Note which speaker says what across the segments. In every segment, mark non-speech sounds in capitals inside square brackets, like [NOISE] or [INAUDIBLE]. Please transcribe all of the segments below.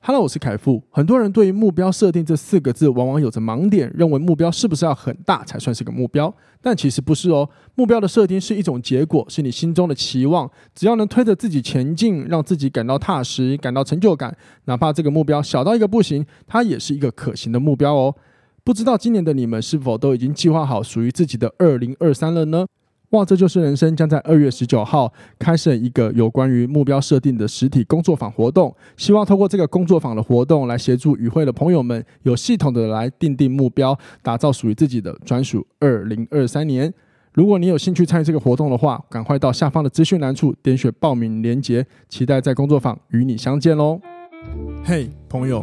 Speaker 1: Hello，我是凯富。很多人对于目标设定这四个字往往有着盲点，认为目标是不是要很大才算是个目标？但其实不是哦。目标的设定是一种结果，是你心中的期望。只要能推着自己前进，让自己感到踏实，感到成就感，哪怕这个目标小到一个不行，它也是一个可行的目标哦。不知道今年的你们是否都已经计划好属于自己的二零二三了呢？哇，这就是人生将在二月十九号开设一个有关于目标设定的实体工作坊活动，希望透过这个工作坊的活动来协助与会的朋友们有系统的来定定目标，打造属于自己的专属二零二三年。如果你有兴趣参与这个活动的话，赶快到下方的资讯栏处点选报名链接，期待在工作坊与你相见哦喽！嘿、朋友，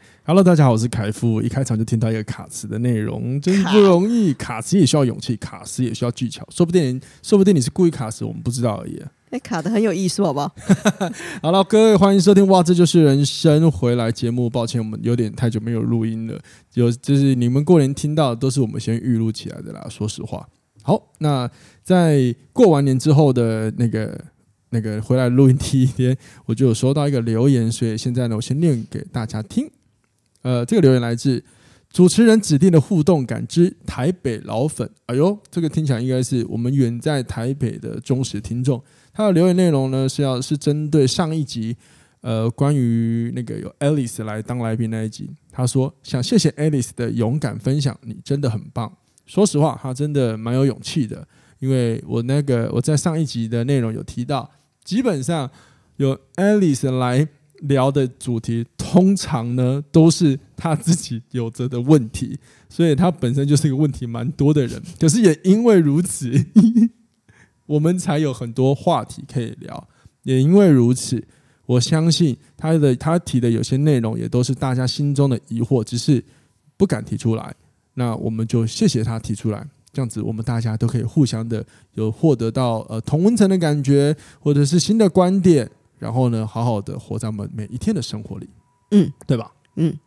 Speaker 1: Hello，大家好，我是凯夫。一开场就听到一个卡词的内容，真不容易。卡词也需要勇气，卡词也需要技巧。说不定，说不定你是故意卡词，我们不知道而已。
Speaker 2: 哎，卡的很有艺术，好不好？
Speaker 1: 好了，各位欢迎收听《哇，这就是人生》回来节目。抱歉，我们有点太久没有录音了，有就是你们过年听到的都是我们先预录起来的啦。说实话，好，那在过完年之后的那个那个回来录音第一天，我就有收到一个留言，所以现在呢，我先念给大家听。呃，这个留言来自主持人指定的互动感知台北老粉。哎呦，这个听起来应该是我们远在台北的忠实听众。他的留言内容呢是要是针对上一集，呃，关于那个有 Alice 来当来宾那一集，他说想谢谢 Alice 的勇敢分享，你真的很棒。说实话，他真的蛮有勇气的，因为我那个我在上一集的内容有提到，基本上有 Alice 来聊的主题，通常呢都是他自己有着的问题，所以他本身就是一个问题蛮多的人。可是也因为如此，我们才有很多话题可以聊。也因为如此，我相信他的他提的有些内容也都是大家心中的疑惑，只是不敢提出来。那我们就谢谢他提出来，这样子我们大家都可以互相的有获得到呃同温层的感觉，或者是新的观点，然后呢，好好的活在我们每一天的生活里，
Speaker 2: 嗯，
Speaker 1: 对吧？
Speaker 2: 嗯，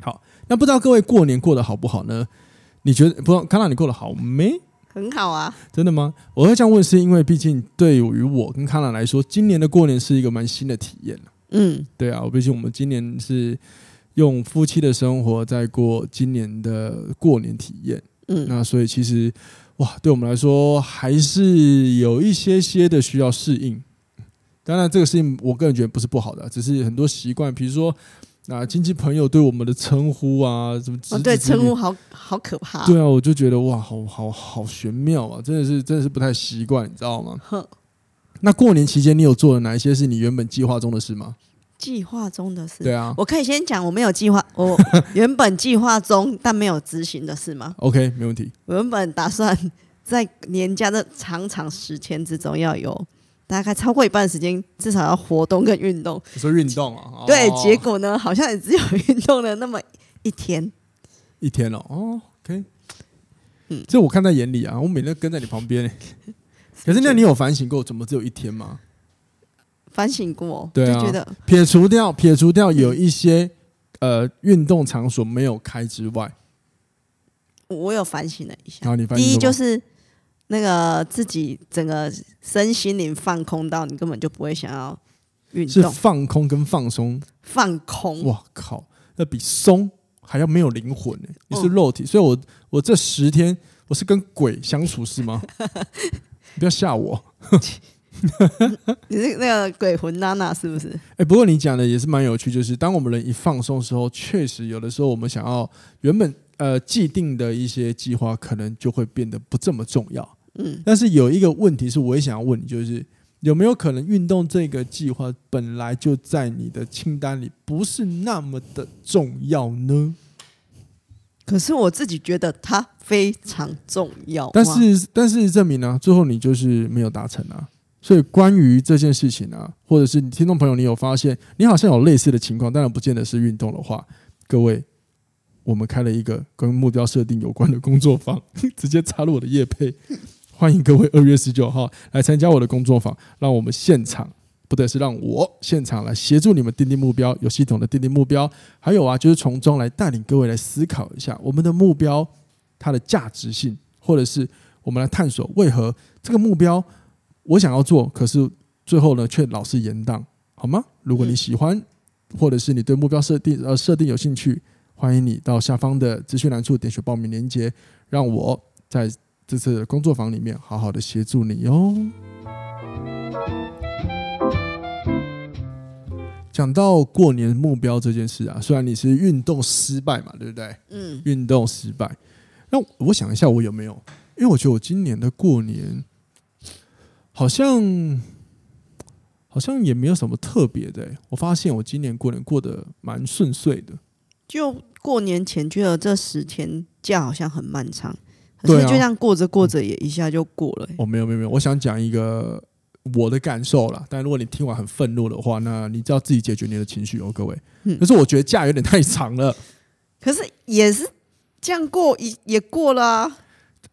Speaker 1: 好。那不知道各位过年过得好不好呢？你觉得不知道？康纳，你过得好没？
Speaker 2: 很好啊。
Speaker 1: 真的吗？我会这样问，是因为毕竟对于我跟康朗来说，今年的过年是一个蛮新的体验
Speaker 2: 嗯，
Speaker 1: 对啊，毕竟我们今年是用夫妻的生活在过今年的过年体验，
Speaker 2: 嗯
Speaker 1: 那所以其实哇，对我们来说还是有一些些的需要适应。当然，这个事情我个人觉得不是不好的啊，只是很多习惯，比如说啊，亲戚朋友对我们的称呼啊，什么侄
Speaker 2: 哦，
Speaker 1: 子
Speaker 2: 对，
Speaker 1: 侄女
Speaker 2: 称呼好好可怕。
Speaker 1: 对啊，我就觉得哇，好好好玄妙啊，真的是真的是不太习惯，你知道吗？
Speaker 2: 哼，
Speaker 1: 那过年期间你有做了哪一些是你原本计划中的事吗？
Speaker 2: 计划中的事，
Speaker 1: 对啊
Speaker 2: 我可以先讲我没有计划，我原本计划中但没有执行的事吗？
Speaker 1: ，OK，没问题。
Speaker 2: 我原本打算在年假的长长时间之中要有。大概超过一半的时间，至少要活动跟运动。
Speaker 1: 你说运动啊？
Speaker 2: 对，
Speaker 1: 哦
Speaker 2: 结果呢，好像也只有运动了那么一天。
Speaker 1: 一天了哦，OK，
Speaker 2: 嗯
Speaker 1: 这我看在眼里啊，我每天跟在你旁
Speaker 2: [LAUGHS]
Speaker 1: 边、欸。可是那你有反省过怎么只有一天吗？
Speaker 2: 反省过，
Speaker 1: 对啊
Speaker 2: 就觉得
Speaker 1: 撇除掉撇除掉有一些呃运动场所没有开之外，
Speaker 2: 我有反省了一下
Speaker 1: 然。哦后你发现
Speaker 2: 第一
Speaker 1: 什么
Speaker 2: 就是那个自己整个身心灵放空到你根本就不会想要运
Speaker 1: 是
Speaker 2: 动，
Speaker 1: 放空跟放松，
Speaker 2: 放空。
Speaker 1: 哇靠，那比松还要没有灵魂呢、你是
Speaker 2: 嗯
Speaker 1: 肉体，所以我我这十天我是跟鬼相处是吗？你不要吓我。
Speaker 2: 你是那个鬼魂娜娜是不是？
Speaker 1: 哎、不过你讲的也是蛮有趣，就是当我们人一放松的时候，确实有的时候我们想要原本呃既定的一些计划，可能就会变得不这么重要。
Speaker 2: 嗯，
Speaker 1: 但是有一个问题是，我也想要问你，就是有没有可能运动这个计划本来就在你的清单里，不是那么的重要呢？
Speaker 2: 可是我自己觉得它非常重要。啊
Speaker 1: 但
Speaker 2: 哇
Speaker 1: 是但事实证明呢、最后你就是没有达成啊。所以关于这件事情啊，或者是你听众朋友，你有发现你好像有类似的情况，当然不见得是运动的话，各位我们开了一个跟目标设定有关的工作坊， [LAUGHS] 直接插入我的业配。欢迎各位二月十九号来参加我的工作坊，让我们现场，不对，是让我现场来协助你们奠定目标，有系统的奠定目标。还有啊，就是从中来带领各位来思考一下我们的目标它的价值性，或者是我们来探索为何这个目标我想要做，可是最后呢却老是延宕，好吗？如果你
Speaker 2: 嗯
Speaker 1: 喜欢，或者是你对目标设定呃设定有兴趣，欢迎你到下方的资讯栏处点选报名链接，让我在这次的工作坊里面好好的协助你哦。讲到过年目标这件事啊，虽然你是运动失败嘛，对不对？
Speaker 2: 嗯，
Speaker 1: 运动失败，那我想一下我有没有？因为我觉得我今年的过年好像好像也没有什么特别的欸、我发现我今年过年过得蛮顺遂的。
Speaker 2: 就过年前觉得这十天假好像很漫长，可
Speaker 1: 对
Speaker 2: 是
Speaker 1: 啊
Speaker 2: 就这样过着过着也一下就过了、欸
Speaker 1: 哦，没有没有没有，我想讲一个我的感受啦。但如果你听完很愤怒的话，那你就要自己解决你的情绪哦，各位。
Speaker 2: 嗯
Speaker 1: 可是我觉得假有点太长了。
Speaker 2: 可是也是这样过也也过了、啊，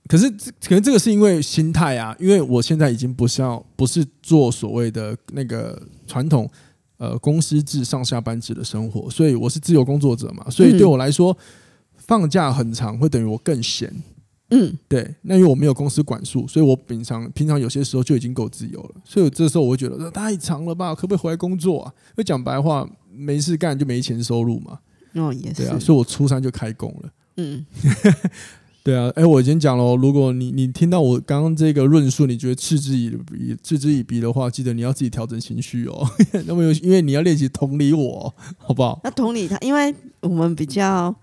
Speaker 1: 可是这，可能这个是因为心态啊，因为我现在已经不是要不是做所谓的那个传统呃公司制上下班制的生活，所以我是自由工作者嘛，所以对我来说，放假很长会等于我更闲。
Speaker 2: 嗯，
Speaker 1: 对，那因为我没有公司管束，所以我平常平常有些时候就已经够自由了，所以我这时候我会觉得呃太长了吧，可不可以回来工作啊？因为讲白话，没事干就没钱收入嘛，
Speaker 2: 哦也是，
Speaker 1: 对啊，所以我初三就开工了。
Speaker 2: 嗯，
Speaker 1: 对啊，哎，我已经讲了哦，如果你你听到我刚刚这个论述，你觉得嗤之以鼻、嗤之以鼻的话，记得你要自己调整情绪哦。 [LAUGHS] 那么有，因为你要练习同理我，好不好？
Speaker 2: 那同理他，因为我们比较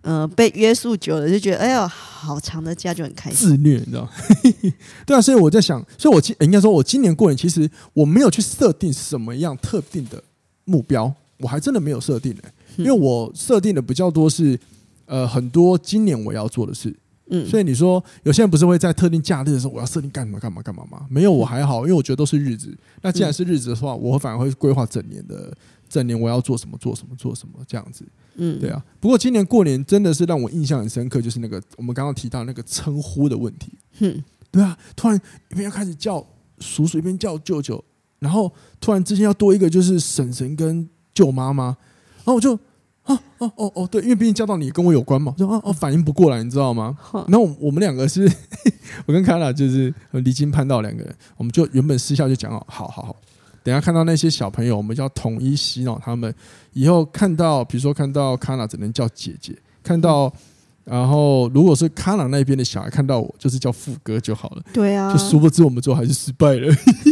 Speaker 2: 呃被约束久了，就觉得哎呦好长的假就很开心，
Speaker 1: 自虐，你知道吗？ [LAUGHS] 对啊，所以我在想，所以我今应该说，我今年过年其实我没有去设定什么样特定的目标，我还真的没有设定、欸、因为我设定的比较多是呃很多今年我要做的事，
Speaker 2: 嗯，
Speaker 1: 所以你说有些人不是会在特定假日的时候，我要设定干嘛干嘛干嘛吗？没有，我还好，因为我觉得都是日子。那
Speaker 2: 嗯
Speaker 1: 既然是日子的话，我反而会规划整年的整年我要做什么做什么做什么这样子。
Speaker 2: 嗯
Speaker 1: 对啊。不过今年过年真的是让我印象很深刻，就是那个我们刚刚提到那个称呼的问题。
Speaker 2: 哼，
Speaker 1: 对啊，突然一边要开始叫叔叔，一边叫舅舅，然后突然之间要多一个就是婶婶跟舅妈妈，然后我就啊哦哦哦，对，因为毕竟叫到你跟我有关嘛，我就啊哦反应不过来，你知道吗？
Speaker 2: 哼
Speaker 1: 然后我我们两个是， [LAUGHS] 我跟卡拉就是离经叛道两个人，我们就原本私下就讲好，好好好，等一下看到那些小朋友，我们就要统一洗脑他们，以后看到比如说看到卡拉只能叫姐姐，看到。然后，如果是卡朗那边的小孩看到我，就是叫副哥就好了。
Speaker 2: 对啊，
Speaker 1: 就殊不知我们最后还是失败了。 [LAUGHS]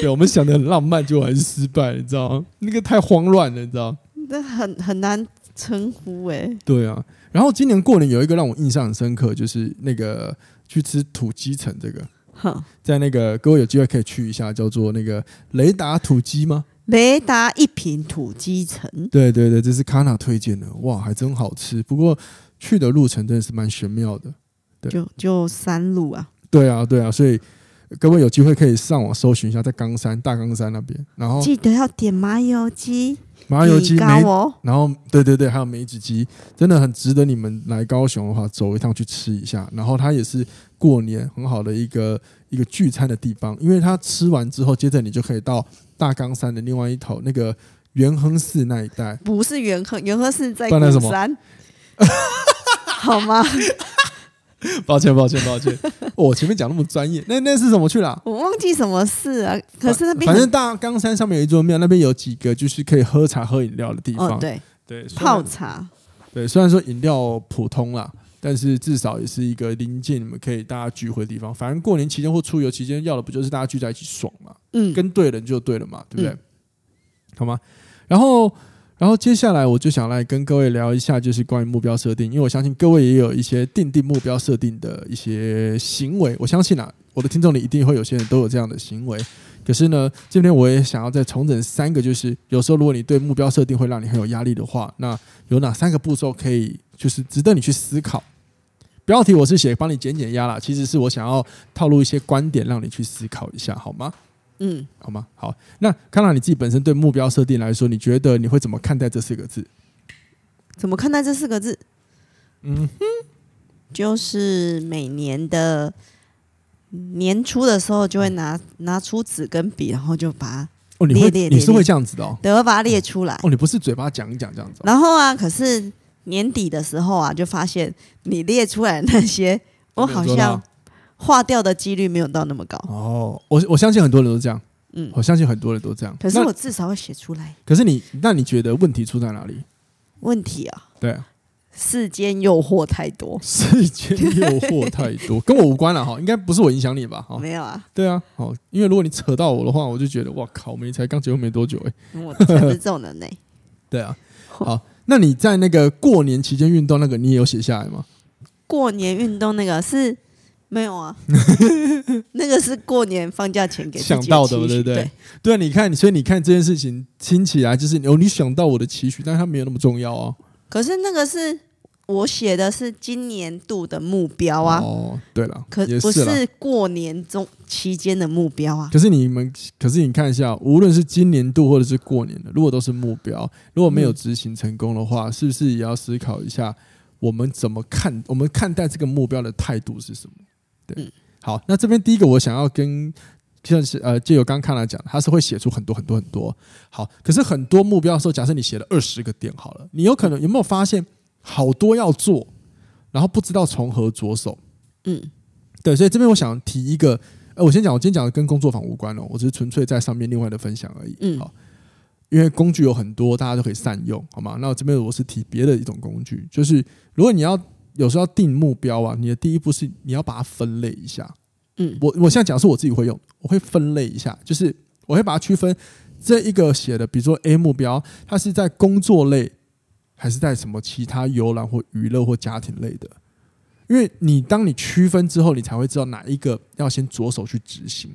Speaker 1: 对，我们想的很浪漫，结果还是失败了，你知道吗？那个太慌乱了，你知道吗？
Speaker 2: 那很很难称呼哎、
Speaker 1: 对啊，然后今年过年有一个让我印象很深刻，就是那个去吃土鸡城，这个
Speaker 2: 哼，
Speaker 1: 在那个各位有机会可以去一下，叫做那个雷达土鸡吗？
Speaker 2: 雷达一品土鸡城，
Speaker 1: 对对对，这是卡娜推荐的，哇，还真好吃。不过去的路程真的是蛮玄妙的。对
Speaker 2: 就就山路啊，
Speaker 1: 对啊，对啊，所以各位有机会可以上网搜寻一下，在冈山大冈山那边，然后
Speaker 2: 记得要点麻油鸡，
Speaker 1: 哦麻油鸡
Speaker 2: 米糕
Speaker 1: 没
Speaker 2: 哦，
Speaker 1: 然后对对对，还有梅子鸡，真的很值得你们来高雄的话走一趟去吃一下。然后它也是过年很好的一个呃一个聚餐的地方，因为它吃完之后，接着你就可以到大冈山的另外一头那个元亨寺那一带。
Speaker 2: 不是元亨，元亨是在
Speaker 1: 不然那什么
Speaker 2: 鼓山， [LAUGHS] 好吗？
Speaker 1: 抱歉抱歉抱 [LAUGHS] 歉，哦我、前面讲那么专业，那那是什么 [LAUGHS] 去了？
Speaker 2: 我忘记什么事啊，可是那边
Speaker 1: 反
Speaker 2: 很
Speaker 1: 正大冈山上面有一座庙，那边有几个就是可以喝茶喝饮料的地方。
Speaker 2: 哦，对，
Speaker 1: 对，虽然
Speaker 2: 泡茶，
Speaker 1: 对，虽然说饮料普通啦，但是至少也是一个临近你们可以大家聚会的地方。反正过年期间或出游期间要的不就是大家聚在一起爽嘛，
Speaker 2: 嗯，
Speaker 1: 跟对人就对了嘛，对不对？
Speaker 2: 嗯
Speaker 1: 好吗？然后，然后接下来我就想来跟各位聊一下，就是关于目标设定，因为我相信各位也有一些定定目标设定的一些行为。我相信啊，我的听众里一定会有些人都有这样的行为。可是呢，这边我也想要再重整三个，就是有时候如果你对目标设定会让你很有压力的话，那有哪三个步骤可以就是值得你去思考？标题我是写帮你减减压啦，其实是我想要套路一些观点让你去思考一下，好吗？
Speaker 2: 嗯，
Speaker 1: 好吗？好，那康纳你自己本身对目标设定来说，你觉得你会怎么看待这四个字？
Speaker 2: 怎么看待这四个字？
Speaker 1: 嗯，
Speaker 2: 就是每年的嗯年初的时候，就会拿拿出纸跟笔，然后就把它
Speaker 1: 哦，你会
Speaker 2: 列列
Speaker 1: 你是
Speaker 2: 列
Speaker 1: 会
Speaker 2: 列
Speaker 1: 这样子的哦，
Speaker 2: 对，会把它列出来。
Speaker 1: 哦，你不是嘴巴讲一讲这样子哦、
Speaker 2: 然后啊，可是年底的时候啊，就发现你列出来的那些，我
Speaker 1: 没有
Speaker 2: 好
Speaker 1: 做
Speaker 2: 像
Speaker 1: 到
Speaker 2: 划掉的几率没有到那么高。
Speaker 1: 哦，我我相信很多人都这样，
Speaker 2: 嗯，
Speaker 1: 我相信很多人都这样。
Speaker 2: 可是
Speaker 1: 那
Speaker 2: 我至少会写出来。
Speaker 1: 可是你那你觉得问题出在哪
Speaker 2: [LAUGHS]
Speaker 1: 里？
Speaker 2: 问题啊，
Speaker 1: 对，
Speaker 2: 世间诱惑太多，
Speaker 1: 世间诱惑太多， [LAUGHS] 跟我无关了哈，应该不是我影响你吧？哈，
Speaker 2: 没有啊，
Speaker 1: 对啊，好，因为如果你扯到我的话，我就觉得哇靠，我们才刚结婚没多久哎、
Speaker 2: 我才不是这种人呢、
Speaker 1: 对啊，
Speaker 2: 哦
Speaker 1: 好，那你在那个过年期间运动那个，你也有写下来吗？
Speaker 2: 过年运动那个是没有
Speaker 1: [LAUGHS]
Speaker 2: 啊，那个是过年放假前给自己
Speaker 1: 想到的
Speaker 2: 期许
Speaker 1: 对不对
Speaker 2: 对？
Speaker 1: 对啊，你看，所以你看这件事情听起来就是哦，你想到我的期许，但是它没有那么重要啊。
Speaker 2: 可是那个是我写的是今年度的目标啊，
Speaker 1: 哦，对了，
Speaker 2: 可
Speaker 1: 也
Speaker 2: 不
Speaker 1: 是啦。
Speaker 2: 是过年中期间的目标啊。
Speaker 1: 可是你们，可是你看一下，无论是今年度或者是过年的，如果都是目标，如果没
Speaker 2: 嗯
Speaker 1: 有执行成功的话，是不是也要思考一下，我们怎么看，我们看待这个目标的态度是什么？对，
Speaker 2: 嗯
Speaker 1: 好，那这边第一个我想要跟。像是呃，借由刚看来讲，他是会写出很多很多很多好，可是很多目标的时候，假设你写了二十个点好了，你有可能有没有发现好多要做，然后不知道从何着手？
Speaker 2: 嗯，
Speaker 1: 对，所以这边我想提一个，呃，我先讲，我今天讲的跟工作坊无关哦，我只是纯粹在上面另外的分享而已。
Speaker 2: 嗯
Speaker 1: 好，因为工具有很多，大家都可以善用，好吗？那我这边我是提别的一种工具，就是如果你要有时候要定目标啊，你的第一步是你要把它分类一下。
Speaker 2: 嗯
Speaker 1: 我我现在讲是我自己会用，我会分类一下，就是我会把它区分这一个写的，比如说 A 目标，它是在工作类，还是在什么其他游览或娱乐或家庭类的。因为你当你区分之后，你才会知道哪一个要先着手去执行。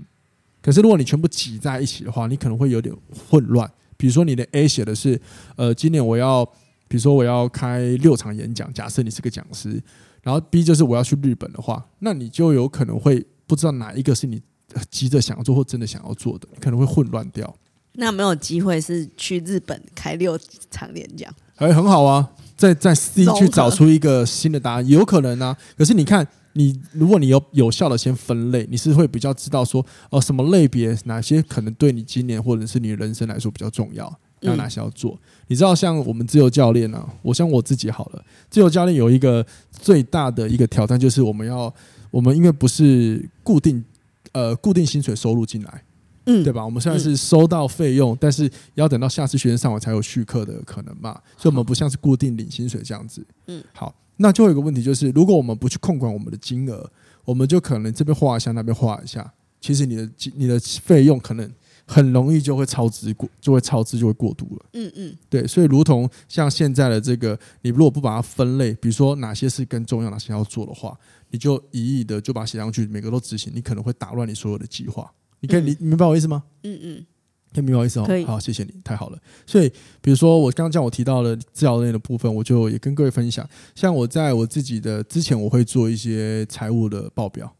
Speaker 1: 可是如果你全部挤在一起的话，你可能会有点混乱。比如说你的 A 写的是，呃，今年我要，比如说我要开六场演讲，假设你是个讲师，然后 B 就是我要去日本的话，那你就有可能会不知道哪一个是你呃急着想要做或真的想要做的，你可能会混乱掉。
Speaker 2: 那没有机会是去日本开六场演讲，
Speaker 1: 哎，很好啊，在在 C
Speaker 2: 综合
Speaker 1: 去找出一个新的答案，有可能啊。可是你看，你如果你有有效的先分类，你是会比较知道说，哦、什么类别哪些可能对你今年或者是你人生来说比较重要，那
Speaker 2: 嗯
Speaker 1: 哪些要做？你知道，像我们自由教练啊，我像我自己好了，自由教练有一个最大的一个挑战就是我们要，我们因为不是固定呃固定薪水收入进来。
Speaker 2: 嗯，
Speaker 1: 对吧？我们虽然是收到费用，但是要等到下次学生上完才有续课的可能嘛，所以我们不像是固定领薪水这样子。
Speaker 2: 嗯，
Speaker 1: 好，那就有一个问题就是，如果我们不去控管我们的金额，我们就可能这边画一下，那边画一下，其实你的金你的费用可能很容易就会超支过，就会超支，就会过度了。
Speaker 2: 嗯嗯
Speaker 1: 对，所以如同像现在的这个，你如果不把它分类，比如说哪些是更重要，哪些要做的话，你就一意的就把它写上去，每个都执行，你可能会打乱你所有的计划。你可以，你你明白我意思吗？
Speaker 2: 嗯嗯，
Speaker 1: 可以明白我意思哦
Speaker 2: 可以。
Speaker 1: 好，谢谢你，太好了。所以，比如说我刚刚我提到了治疗类的部分，我就也跟各位分享。像我在我自己的之前，我会做一些财务的报表，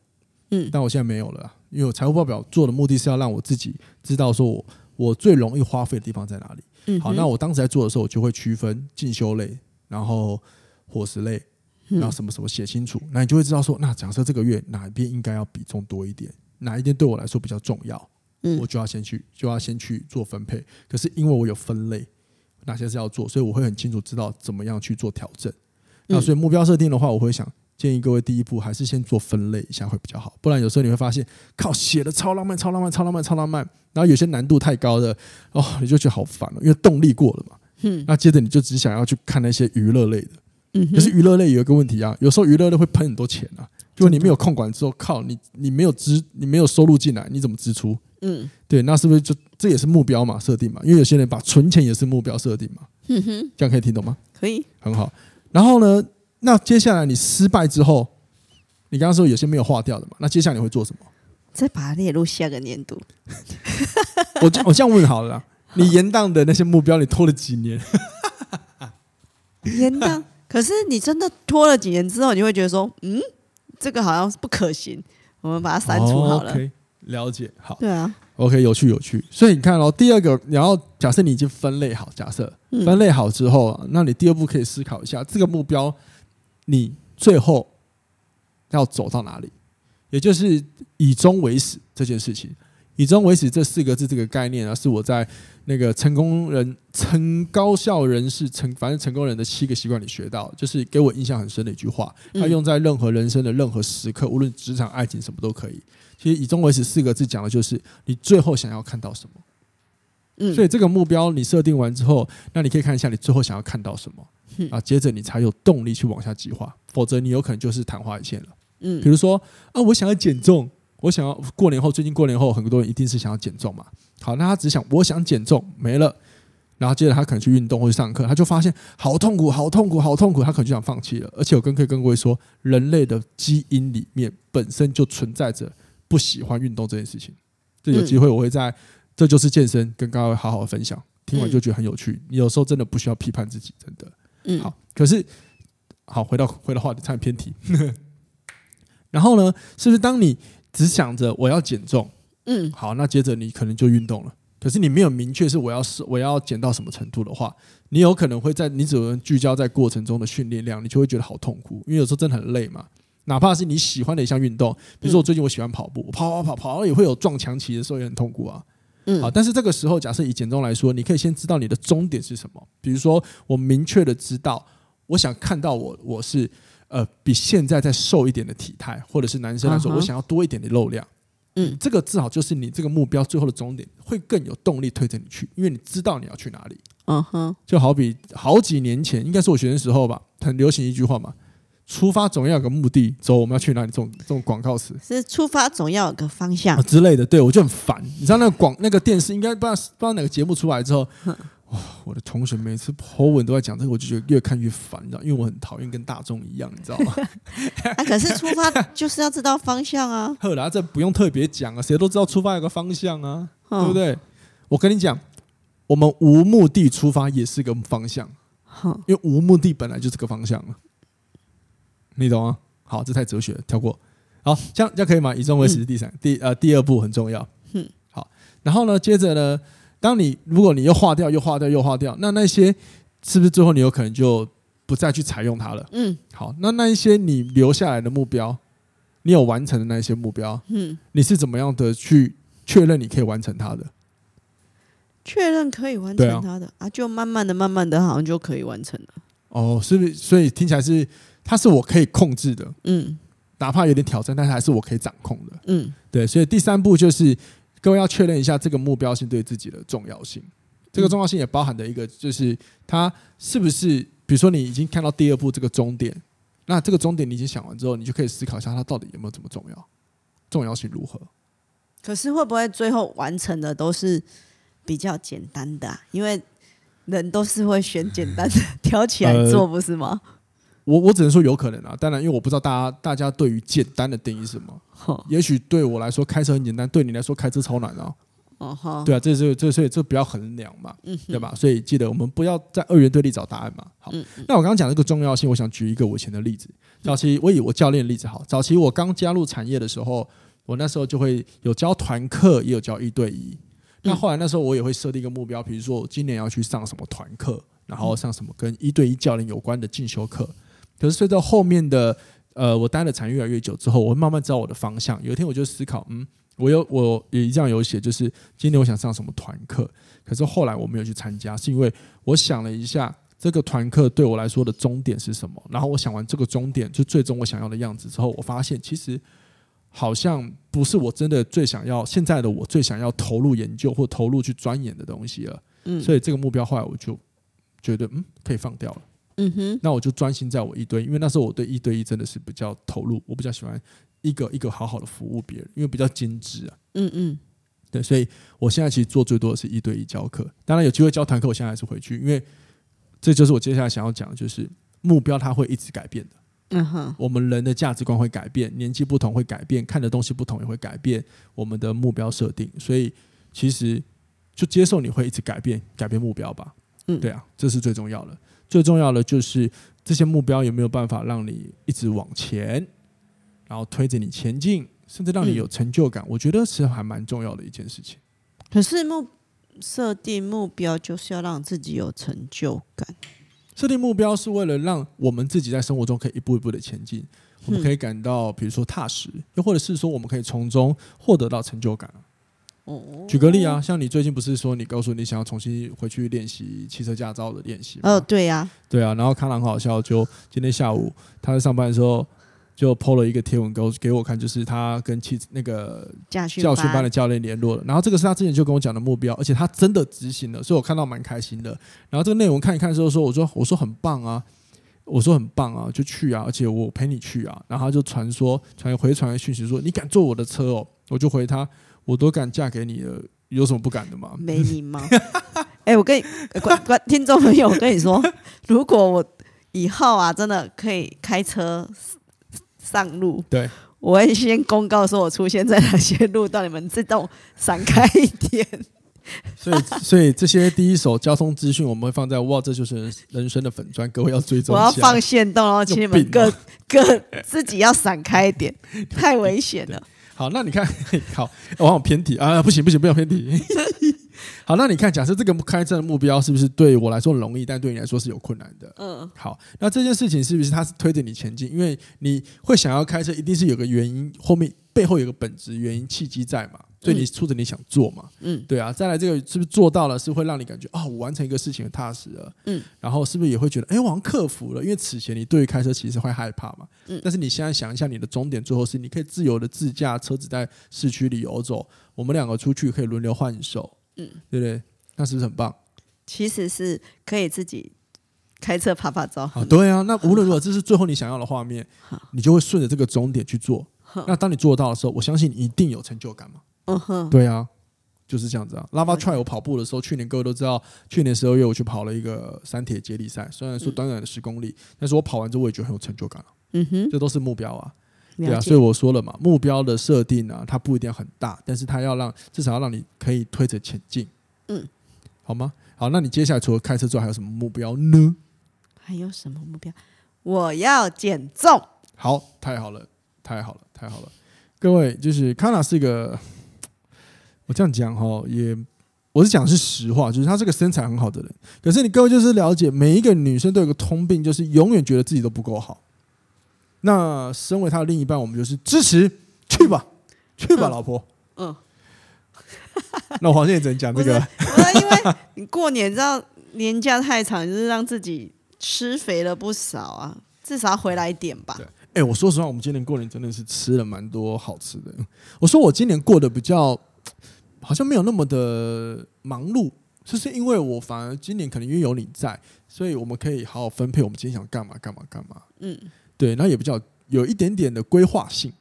Speaker 2: 嗯
Speaker 1: 但我现在没有了啦，因为我财务报表做的目的是要让我自己知道说我我最容易花费的地方在哪里。
Speaker 2: 嗯
Speaker 1: 好，那我当时在做的时候，我就会区分进修类，然后伙食类，
Speaker 2: 嗯
Speaker 1: 然后什么什么写清楚，那你就会知道说，那假设这个月哪一边应该要比重多一点，哪一边对我来说比较重要，
Speaker 2: 嗯
Speaker 1: 我就要先去就要先去做分配。可是因为我有分类，哪些是要做，所以我会很清楚知道怎么样去做调整。那
Speaker 2: 嗯
Speaker 1: 所以目标设定的话，我会想建议各位第一步还是先做分类一下会比较好，不然有时候你会发现，靠写的超浪漫、超浪漫、超浪漫、超浪漫，然后有些难度太高的，哦，你就觉得好烦了、因为动力过了嘛。
Speaker 2: 嗯
Speaker 1: 那接着你就只想要去看那些娱乐类的，
Speaker 2: 嗯
Speaker 1: 可是
Speaker 2: 哼
Speaker 1: 娱乐类有一个问题啊，有时候娱乐类会喷很多钱啊，就是你没有控管之后，靠你你没有支你没有收入进来，你怎么支出？
Speaker 2: 嗯
Speaker 1: 对，那是不是就这也是目标嘛设定嘛？因为有些人把存钱也是目标设定嘛，
Speaker 2: 哼嗯哼，
Speaker 1: 这样可以听懂吗？
Speaker 2: 可以，
Speaker 1: 很好。然后呢，那接下来你失败之后，你刚刚说有些没有划掉的嘛，那接下来你会做什么？
Speaker 2: 再把它列入下个年度。
Speaker 1: 我就我这样问好了啦，你延宕的那些目标，你拖了几年？
Speaker 2: 延
Speaker 1: [LAUGHS]
Speaker 2: 宕。可是你真的拖了几年之后，你会觉得说，嗯，这个好像是不可行，我们把它删除好
Speaker 1: 哦哦
Speaker 2: 了。
Speaker 1: ，OK，了解，好。
Speaker 2: 对啊，
Speaker 1: OK，有趣有趣。所以你看哦，第二个，然后假设你已经分类好，假设
Speaker 2: 嗯
Speaker 1: 分类好之后，啊那你第二步可以思考一下这个目标，你最后要走到哪里，也就是以终为始这件事情。以终为始这四个字这个概念啊，是我在那个成功人、成高效人士、成反正成功人的七个习惯里学到，就是给我印象很深的一句话。它
Speaker 2: 嗯
Speaker 1: 用在任何人生的任何时刻，无论职场、爱情什么都可以。其实以终为始四个字讲的就是你最后想要看到什么。
Speaker 2: 嗯，
Speaker 1: 所以这个目标你设定完之后，那你可以看一下你最后想要看到什么
Speaker 2: 嗯
Speaker 1: 啊，接着你才有动力去往下计划，否则你有可能就是昙花一现了。比
Speaker 2: 嗯
Speaker 1: 如说啊，我想要减重，我想要过年后，最近过年后，很多人一定是想要减重嘛。好，那他只想我想减重没了，然后接着他可能去运动或去上课，他就发现好痛苦，好痛苦，好痛苦，他可能就想放弃了。而且我跟可以跟各位说，人类的基因里面本身就存在着不喜欢运动这件事情。这有
Speaker 2: 嗯
Speaker 1: 机会我会在《这就是健身》跟各位好好的分享，听完就觉得很有趣。你有时候真的不需要批判自己，真的。
Speaker 2: 嗯，
Speaker 1: 好，可是好，回到回到话题，差点偏题。 [LAUGHS] 然后呢，是不是当你只想着我要减重，
Speaker 2: 嗯
Speaker 1: 好，那接着你可能就运动了。可是你没有明确是我要是我要减到什么程度的话，你有可能会在你只能聚焦在过程中的训练量，你就会觉得好痛苦，因为有时候真的很累嘛。哪怕是你喜欢的一项运动，比如说我最近我喜欢跑步，我跑跑跑跑，也会有撞墙期的时候，也很痛苦啊。
Speaker 2: 嗯
Speaker 1: 好，但是这个时候，假设以减重来说，你可以先知道你的终点是什么。比如说，我明确的知道，我想看到我我是呃比现在再瘦一点的体态，或者是男生来说，
Speaker 2: 嗯哼
Speaker 1: 我想要多一点的肉量。
Speaker 2: 嗯
Speaker 1: 这个至少就是你这个目标最后的终点，会更有动力推着你去，因为你知道你要去哪里。
Speaker 2: 嗯哼，
Speaker 1: 就好比好几年前，应该是我学生时候吧，很流行一句话嘛：出发总要有个目的，走我们要去哪里？这种这种广告词。
Speaker 2: 是出发总要有个
Speaker 1: [LAUGHS]
Speaker 2: 方
Speaker 1: 啊
Speaker 2: 向，
Speaker 1: 之类的，对我就很烦。你知道那个广那个电视应该不知道不知道哪个节目出来之后，哇，我的同学每次 po 文都在讲这个，我就觉得越看越烦，你知道，因为我很讨厌跟大众一样，你知道吗？ [LAUGHS]
Speaker 2: 啊，可是出发就是要知道方
Speaker 1: [LAUGHS]
Speaker 2: 向啊，
Speaker 1: 赫拉这不用特别讲啊，谁都知道出发有个方向啊，
Speaker 2: 嗯
Speaker 1: 对不？对？我跟你讲，我们无目的出发也是个方向，
Speaker 2: 哼
Speaker 1: 因为无目的本来就是个方向啊，你懂吗？好，这太哲学了，跳过。好，这样这样可以吗？以终为始是第三、第呃第二步很重要。
Speaker 2: 嗯，
Speaker 1: 好。然后呢，接着呢，当你如果你又划掉又划掉又划掉，那那些是不是最后你有可能就不再去采用它了？
Speaker 2: 嗯
Speaker 1: 好，那那一些你留下来的目标，你有完成的那一些目标，
Speaker 2: 嗯，
Speaker 1: 你是怎么样的去确认你可以完成它的？
Speaker 2: 确认可以完
Speaker 1: 对啊
Speaker 2: 成它的啊，就慢慢的、慢慢的，好像就可以完成了。
Speaker 1: 哦，是不是？所以听起来是它是我可以控制的，
Speaker 2: 嗯
Speaker 1: 哪怕有点挑战，但是还是我可以掌控的。
Speaker 2: 嗯
Speaker 1: 对，所以第三步就是各位要确认一下这个目标性对自己的重要性。这个重要性也包含的一个就是它是不是，比如说你已经看到第二步这个终点，那这个终点你已经想完之后，你就可以思考一下它到底有没有这么重要，重要性如何。
Speaker 2: 可是会不会最后完成的都是比较简单的、啊？因为人都是会选简
Speaker 1: [LAUGHS]
Speaker 2: 单的挑起来
Speaker 1: 呃
Speaker 2: 做，不是吗？ [LAUGHS]
Speaker 1: 我我只能说有可能啊，当然，因为我不知道大家大家对于简单的定义是什么。
Speaker 2: 吼
Speaker 1: 也许对我来说开车很简单，对你来说开车超难啊。
Speaker 2: 哦哈，
Speaker 1: 对啊，这是这所以这不要衡量嘛，对吧？所以记得我们不要在二元对立找答案嘛。好，那我刚刚讲这个重要性，我想举一个我以前的例子。早期我以我教练的例子好，早期我刚加入产业的时候，我那时候就会有教团课，也有教一对一。那后来那时候我也会设定一个目标，比如说我今年要去上什么团课，然后上什么跟一对一教练有关的进修课。可是随着后面的呃，我待的产业越来越久之后，我会慢慢知道我的方向。有一天我就思考，嗯，我有我也一样有写，就是今年我想上什么团课，可是后来我没有去参加，是因为我想了一下，这个团课对我来说的终点是什么？然后我想完这个终点，就最终我想要的样子之后，我发现其实好像不是我真的最想要，现在的我最想要投入研究或投入去钻研的东西了。
Speaker 2: 嗯
Speaker 1: 所以这个目标后来我就觉得，嗯，可以放掉了。
Speaker 2: 嗯哼，
Speaker 1: 那我就专心在我一对一，因为那时候我对一对一真的是比较投入，我比较喜欢一个一个好好的服务别人，因为比较精致啊。
Speaker 2: 嗯嗯
Speaker 1: 对，所以我现在其实做最多的是一对一教课。当然有机会教团课，我现在还是回去，因为这就是我接下来想要讲的，就是目标它会一直改变的。
Speaker 2: 嗯哼，
Speaker 1: 我们人的价值观会改变，年纪不同会改变，看的东西不同也会改变我们的目标设定。所以其实就接受你会一直改变，改变目标吧。
Speaker 2: 嗯
Speaker 1: 对啊，这是最重要的。最重要的就是这些目标有没有办法让你一直往前，然后推着你前进，甚至让你有成就感。我觉得是还蛮重要的一件事情。
Speaker 2: 可是目设定目标就是要让自己有成就感，
Speaker 1: 设定目标是为了让我们自己在生活中可以一步一步的前进，我们可以感到比如说踏实，又或者是说我们可以从中获得到成就感。
Speaker 2: 哦，
Speaker 1: 举个例啊，像你最近不是说你告诉你想要重新回去练习汽车驾照的练习吗？
Speaker 2: 哦，对呀、
Speaker 1: 对啊，然后康朗很好笑，就今天下午他在上班的时候就 PO 了一个贴文给我给我看，就是他跟汽那个
Speaker 2: 驾训
Speaker 1: 教训班的教练联络了。然后这个是他之前就跟我讲的目标，而且他真的执行了，所以我看到蛮开心的。然后这个内容看一看之后说，我说我说很棒啊，我说很棒啊，就去啊，而且我陪你去啊。然后他就传说传回传讯息说你敢坐我的车哦，我就回他我都敢嫁给你了，有什么不敢的吗？
Speaker 2: 没礼
Speaker 1: [LAUGHS]
Speaker 2: 貌。哎、我跟你呃观观听众朋友，我跟
Speaker 1: [LAUGHS]
Speaker 2: 你说，如果我以后啊真的可以开车上路，
Speaker 1: 对，
Speaker 2: 我会先公告说我出现在哪些路段，你们自动闪开一点。
Speaker 1: 所以 [LAUGHS] 所以这些第一手交通资讯我们会放在哇，这就是人人生的粉砖，各位要追踪
Speaker 2: 我
Speaker 1: 一下。
Speaker 2: 要放线动，然后请你们
Speaker 1: 有病
Speaker 2: 各
Speaker 1: 啊
Speaker 2: 各自己要闪开一点，太危险了。
Speaker 1: 好，那你看， [LAUGHS] 好，我往偏题啊，不行不行，不要偏题。 [LAUGHS] 好，那你看，假设这个开证的目标是不是对我来说很容易，但对你来说是有困难的？
Speaker 2: 嗯，
Speaker 1: 好，那这件事情是不是它是推着你前进？因为你会想要开车，一定是有个原因，后面背后有个本质原因契机在嘛，所以你促使你想做嘛。
Speaker 2: 嗯，
Speaker 1: 对啊。再来这个是不是做到了，是会让你感觉啊、我完成一个事情很踏实了。
Speaker 2: 嗯，
Speaker 1: 然后是不是也会觉得，哎，我好像克服了？因为此前你对于开车其实会害怕嘛。
Speaker 2: 嗯
Speaker 1: 但是你现在想一下，你的终点最后是你可以自由的自驾车子在市区里游走，我们两个出去可以轮流换手。
Speaker 2: 嗯，
Speaker 1: 对不对？那是不是很棒？
Speaker 2: 其实是可以自己开车拍拍照。
Speaker 1: 啊，对啊，那无论如何，这是最后你想要的画面
Speaker 2: 嗯好，
Speaker 1: 你就会顺着这个终点去做。那当你做到的时候，我相信你一定有成就感嘛。
Speaker 2: 嗯哼，
Speaker 1: 对啊，就是这样子啊。Lava
Speaker 2: 对
Speaker 1: Try 我跑步的时候，去年各位都知道，去年十二月我去跑了一个三铁接力赛，虽然说短短的十公里，但是我跑完之后我也觉得很有成就感了、啊
Speaker 2: 嗯哼，
Speaker 1: 这都是目标啊，对
Speaker 2: 了
Speaker 1: 啊。
Speaker 2: 解
Speaker 1: 所以我说了嘛，目标的设定啊，它不一定很大，但是它要让至少要让你可以推着前进。
Speaker 2: 嗯，
Speaker 1: 好吗？好，那你接下来除了开车之外，还有什么目标呢？
Speaker 2: 还有什么目标？我要减重。
Speaker 1: 好，太好了，太好了，太好了！各位，就是康纳是一个，我这样讲哈，也我是讲是实话，就是她是个身材很好的人。可是你各位就是了解，每一个女生都有个通病，就是永远觉得自己都不够好。那身为她的另一半，我们就是支持，去吧，去吧，
Speaker 2: 嗯
Speaker 1: 老婆。
Speaker 2: 嗯，
Speaker 1: 那我好像也只能讲这个，
Speaker 2: 不是因为你过年知道年假太长，就是让自己吃肥了不少啊，至少要回来一点吧
Speaker 1: 对。哎、我说实话，我们今年过年真的是吃了蛮多好吃的。我说我今年过得比较，好像没有那么的忙碌，就是因为我反而今年可能因为有你在，所以我们可以好好分配我们今天想干嘛干嘛干嘛。
Speaker 2: 嗯
Speaker 1: 对，然后也比较有一点点的规划性。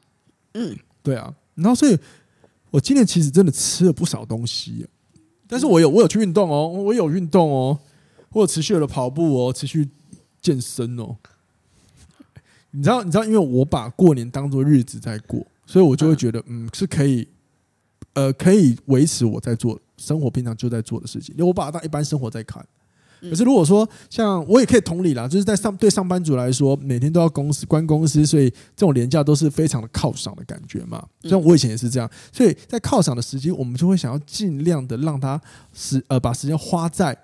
Speaker 2: 嗯，
Speaker 1: 对啊，然后所以我今年其实真的吃了不少东西，但是我有我有去运动哦，我有运动哦，我有持续的跑步哦，持续健身哦。你知道，你知道，因为我把过年当做日子在过，所以我就会觉得，嗯，是可以，呃，可以维持我在做生活平常就在做的事情，因为我把它当一般生活在看。可是如果说像我也可以同理啦，就是在上对上班族来说，每天都要公司关公司，所以这种廉价都是非常的犒赏的感觉嘛。
Speaker 2: 嗯
Speaker 1: 像我以前也是这样，所以在犒赏的时间，我们就会想要尽量的让他时呃把时间花在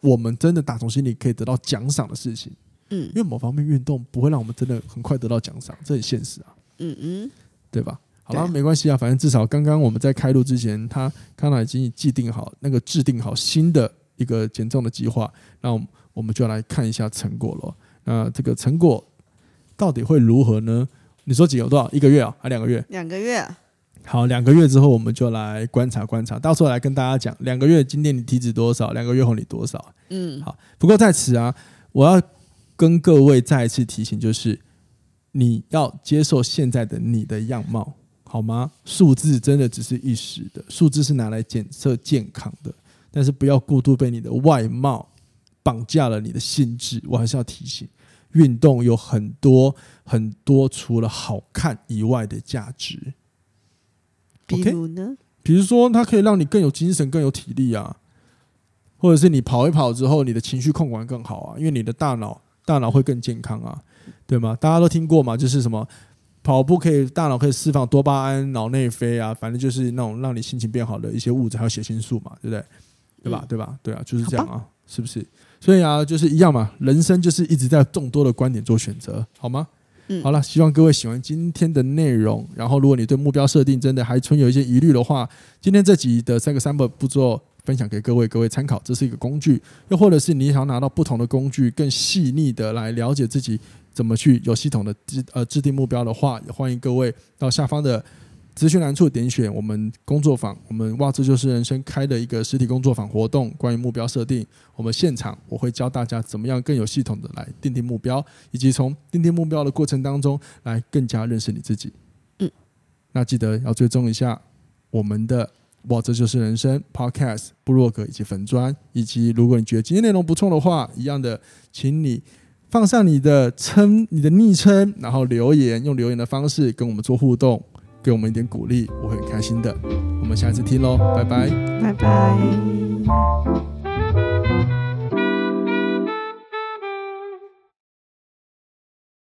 Speaker 1: 我们真的打从心里可以得到奖赏的事情，
Speaker 2: 嗯
Speaker 1: 因为某方面运动不会让我们真的很快得到奖赏，这很现实啊，
Speaker 2: 嗯嗯，
Speaker 1: 对吧？好
Speaker 2: 对
Speaker 1: 了，
Speaker 2: 啊
Speaker 1: 没关系啊，反正至少刚刚我们在开录之前，他康纳已经既定好那个制定好新的一个减重的计划，那我们我们就来看一下成果咯。那这个成果到底会如何呢？你说几有多少？一个月啊，还两个月？
Speaker 2: 两个月啊
Speaker 1: 好，两个月之后我们就来观察观察，到时候来跟大家讲，两个月今天你体脂多少，两个月后你多少。
Speaker 2: 嗯
Speaker 1: 好，不过在此啊，我要跟各位再一次提醒，就是你要接受现在的你的样貌，好吗？数字真的只是一时的，数字是拿来检测健康的，但是不要过度被你的外貌绑架了你的心智。我还是要提醒，运动有很多很多除了好看以外的价值。
Speaker 2: 比如呢？
Speaker 1: 比如说，它可以让你更有精神、更有体力啊，或者是你跑一跑之后，你的情绪控管更好啊，因为你的大脑大脑会更健康啊，对吗？大家都听过嘛，就是什么跑步可以大脑可以释放多巴胺、脑内啡啊，反正就是那种让你心情变好的一些物质，还有血清素嘛，对不对？对吧？
Speaker 2: 嗯
Speaker 1: 对吧？对啊，就是这样啊，是不是？所以啊，就是一样嘛，人生就是一直在众多的观点做选择，好吗？
Speaker 2: 嗯
Speaker 1: 好了，希望各位喜欢今天的内容。然后，如果你对目标设定真的还存有一些疑虑的话，今天这集的三个三本步骤分享给各位，各位参考，这是一个工具。又或者是你想要拿到不同的工具，更细腻的来了解自己怎么去有系统的制呃制定目标的话，也欢迎各位到下方的资讯栏处点选我们工作坊，我们哇这就是人生开的一个实体工作坊活动，关于目标设定，我们现场我会教大家怎么样更有系统的来定定目标，以及从定定目标的过程当中来更加认识你自己。
Speaker 2: 嗯，
Speaker 1: 那记得要追踪一下我们的哇，这就是人生 Podcast、部落格以及粉砖，以及如果你觉得今天内容不错的话，一样的，请你放上你的称、你的昵称，然后留言，用留言的方式跟我们做互动，给我们一点鼓励，我会很开心的。我们下次听喽，拜拜。
Speaker 2: 拜拜。